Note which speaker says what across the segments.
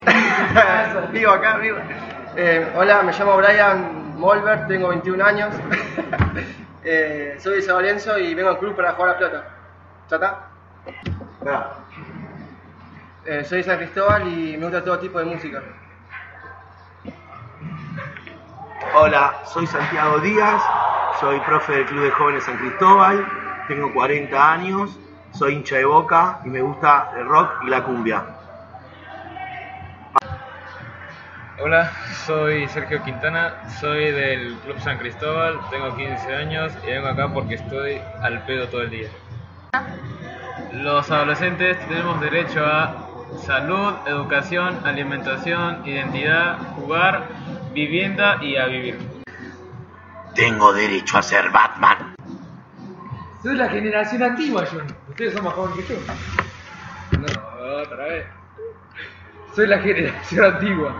Speaker 1: Eso, vivo acá, vivo. Eh, hola, me llamo Brian Molbert, tengo 21 años. Eh, soy de San Lorenzo y vengo al club para jugar a pelota. ¿Ya está? Eh, soy de San Cristóbal y me gusta todo tipo de música.
Speaker 2: Hola, soy Santiago Díaz, soy profe del Club de Jóvenes San Cristóbal, tengo 40 años, soy hincha de boca y me gusta el rock y la cumbia.
Speaker 3: Hola, soy Sergio Quintana, soy del Club San Cristóbal, tengo 15 años y vengo acá porque estoy al pedo todo el día. Los adolescentes tenemos derecho a salud, educación, alimentación, identidad, jugar, vivienda y a vivir.
Speaker 4: Tengo derecho a ser Batman.
Speaker 5: Soy la generación antigua, yo. Ustedes son más jóvenes que yo.
Speaker 3: No, otra vez.
Speaker 5: Soy la generación antigua.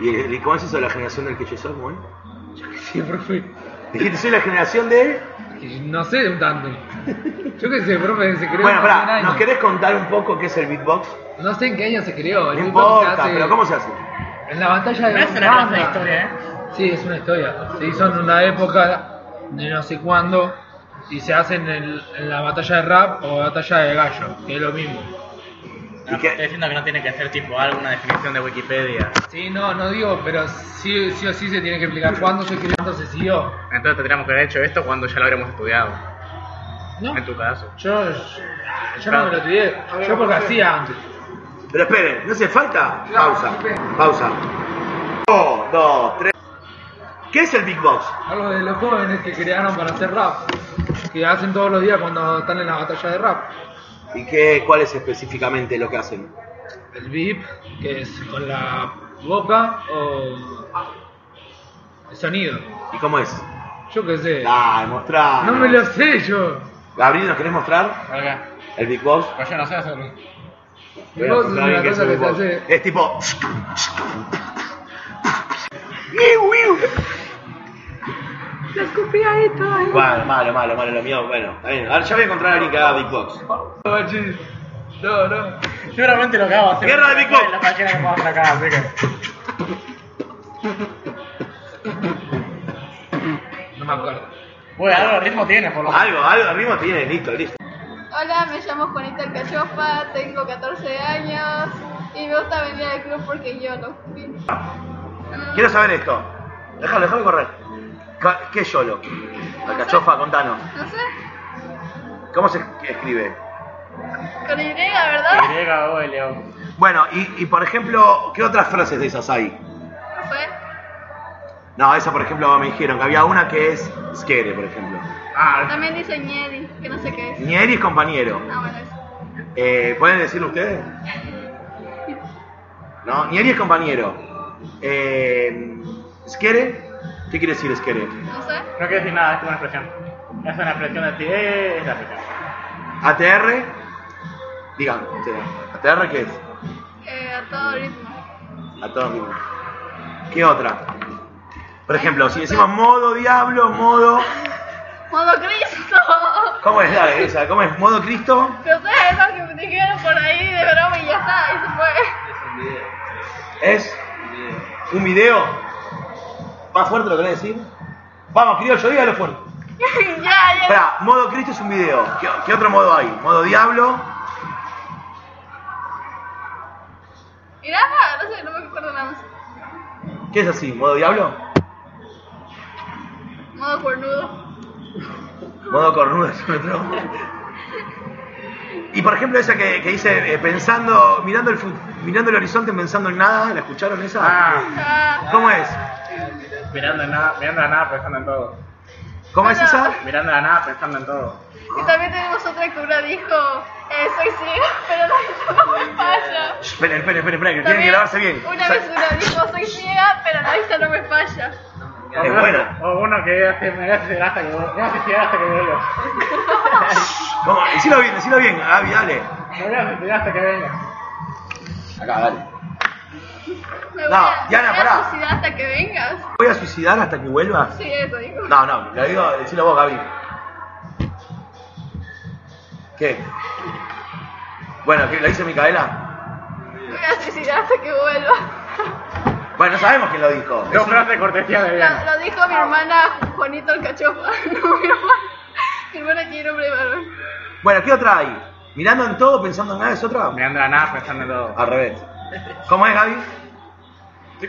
Speaker 2: ¿Y, y cómo es eso de la generación del que yo soy, güey?
Speaker 5: Sí, profe.
Speaker 2: Dijiste, soy la generación de...
Speaker 5: Que No sé de un tanto. Yo qué sé, profe, se creó
Speaker 2: Bueno,
Speaker 5: hace
Speaker 2: pará,
Speaker 5: 100
Speaker 2: ¿nos
Speaker 5: años.
Speaker 2: querés contar un poco qué es el beatbox?
Speaker 5: No sé en qué año se creó.
Speaker 2: No
Speaker 5: el beatbox se
Speaker 2: importa,
Speaker 5: hace
Speaker 2: pero ¿cómo se hace?
Speaker 5: En la batalla de
Speaker 6: No es una
Speaker 5: Banda.
Speaker 6: clase de historia, ¿eh?
Speaker 5: Sí, es una historia. Se hizo en una época de no sé cuándo y se hace en, el- en la batalla de rap o batalla de gallo, que es lo mismo.
Speaker 2: ¿Y
Speaker 6: No,
Speaker 2: qué?
Speaker 5: eh.
Speaker 6: Estoy diciendo que no tiene que hacer tipo alguna definición de Wikipedia.
Speaker 5: Sí, no, no digo, pero sí, sí o sí se tiene que explicar cuándo se creó, cuándo se siguió.
Speaker 6: Entonces tendríamos que haber hecho esto cuando ya lo habremos estudiado.
Speaker 5: ¿No?
Speaker 6: En tu caso.
Speaker 5: Yo, yo no me lo estudié, yo porque hacía antes.
Speaker 2: Pero esperen, ¿no hace falta? Pausa, pausa. Uno, dos, tres. ¿Qué es el beatbox?
Speaker 5: Algo de los jóvenes que crearon para hacer rap, que hacen todos los días cuando están en la batalla de rap.
Speaker 2: ¿Y qué, cuál es específicamente lo que hacen?
Speaker 5: El beep, que es con la boca o el sonido.
Speaker 2: ¿Y cómo es?
Speaker 5: Yo qué sé.
Speaker 2: Dale, mostrá.
Speaker 5: No me lo sé yo.
Speaker 2: Gabriel, ¿nos querés mostrar
Speaker 3: Acá.
Speaker 2: el beatbox?
Speaker 3: Pues yo no sé hacerlo.
Speaker 5: Mi voz es
Speaker 2: Está bien
Speaker 5: una
Speaker 2: que es el
Speaker 5: cosa que se
Speaker 2: beatbox.
Speaker 5: hace.
Speaker 2: Es tipo...
Speaker 5: La escupía esto, eh.
Speaker 2: Bueno, malo, malo, malo, lo mío, bueno. Está bien, ahora ya voy a encontrar a alguien que haga beatbox.
Speaker 5: No, no.
Speaker 6: Yo realmente lo que hago es hacer.
Speaker 2: Guerra de Big Boss.
Speaker 6: En la página que vamos a sacar, así que.
Speaker 5: No me acuerdo.
Speaker 6: Bueno, algo de ritmo tiene, por lo menos.
Speaker 2: Algo, algo de ritmo tiene, listo, listo.
Speaker 7: Hola, me llamo Juanita Cachofa, tengo 14 años y me gusta venir al club porque yo lo fui.
Speaker 2: Quiero saber esto. Déjalo, déjame correr. Ca- ¿Qué es YOLO? La cachofa, contanos.
Speaker 7: Mm, No sé,
Speaker 2: ¿Cómo se escribe?
Speaker 7: con Y, ¿verdad?
Speaker 6: Llega o Leo.
Speaker 2: Bueno, y, y por ejemplo, ¿qué otras frases de esas hay?
Speaker 7: No sé.
Speaker 2: No, esa por ejemplo me dijeron que había una que es Skere, por ejemplo. Ah,
Speaker 7: También dice Ñeri, que no sé qué es.
Speaker 2: Nieri es compañero.
Speaker 7: Ah, bueno, eso.
Speaker 2: Eh, ¿Pueden decirlo ustedes? No, Nieri es compañero. Eh, Skere, ¿qué quiere decir Skere?
Speaker 7: No sé.
Speaker 6: No quiero decir nada, es una expresión. Es una expresión de ti, eh, es la expresión.
Speaker 2: ATR, digan, ustedes, ¿ATR qué es?
Speaker 7: Eh, a todo ritmo.
Speaker 2: A todo ritmo. ¿Qué otra? Por ejemplo, si decimos modo diablo, modo.
Speaker 7: ¡Modo Cristo!
Speaker 2: ¿Cómo es? Dale, esa, ¿Cómo es? ¿Modo Cristo?
Speaker 7: No sé, eso que me dijeron por ahí de broma y ya está, y se fue.
Speaker 2: ¿Es? ¿Un video? ¿Más fuerte lo querés decir? Vamos, criollo, dígalo fuerte.
Speaker 7: ya, ya.
Speaker 2: Espera, modo Cristo es un video. ¿Qué, qué otro modo hay? ¿Modo diablo?
Speaker 7: Y nada, no sé, no me acuerdo nada más.
Speaker 2: ¿Qué es así? ¿Modo diablo?
Speaker 7: Modo cuernudo.
Speaker 2: ¿Modo cornudo es otro? Y por ejemplo esa que, que dice eh, pensando, mirando el, fu- mirando el horizonte, pensando en nada, ¿la escucharon esa?
Speaker 6: Ah,
Speaker 7: Ah,
Speaker 2: ¿Cómo es?
Speaker 6: mirando en nada, mirando en nada, pensando en todo.
Speaker 2: ¿Cómo es
Speaker 7: Hola.
Speaker 2: esa?
Speaker 6: Mirando a la nada, pensando en todo.
Speaker 7: Y también tenemos otra que una dijo, eh, soy ciega, pero la vista no me falla.
Speaker 2: Esperen, esperen, esperen, esperen, que tienen que
Speaker 7: También,
Speaker 2: grabarse bien.
Speaker 7: Una
Speaker 2: Sa-
Speaker 7: vez una dijo, soy ciega, pero la vista no me falla.
Speaker 2: Es buena.
Speaker 6: O uno que hace, me hace llegar hasta que vuelo. Me hace llegar hasta que vuelo.
Speaker 2: ¿Cómo? Decilo bien, decilo bien, Gaby, dale.
Speaker 6: Me voy a hacer llegar hasta que venga.
Speaker 2: Acá, dale.
Speaker 7: Me voy
Speaker 2: No,
Speaker 7: a,
Speaker 2: Diana,
Speaker 7: me voy a
Speaker 2: pará.
Speaker 7: suicidar hasta que vengas.
Speaker 2: ¿Voy a suicidar hasta que vuelvas?
Speaker 7: Sí, eso dijo.
Speaker 2: No, no, lo digo, decilo vos, Gaby. ¿Qué? Bueno, ¿qué, ¿lo dice Micaela?
Speaker 7: Me voy a suicidar hasta que vuelva.
Speaker 2: Bueno, sabemos quién lo dijo.
Speaker 6: Dos frases de cortesía de
Speaker 7: Lo,
Speaker 6: Diana.
Speaker 7: lo dijo mi hermana Juanito el Cachofa. No, mi hermana. Mi hermana tiene nombre de varón.
Speaker 2: Bueno, ¿qué otra hay? ¿Mirando en todo, pensando en nada es otra?
Speaker 6: Mirando a la nada, pensando en todo.
Speaker 2: Al revés. ¿Cómo es, Gaby?
Speaker 6: Estoy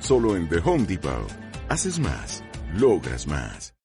Speaker 8: solo en The Home Depot. Haces más, logras más.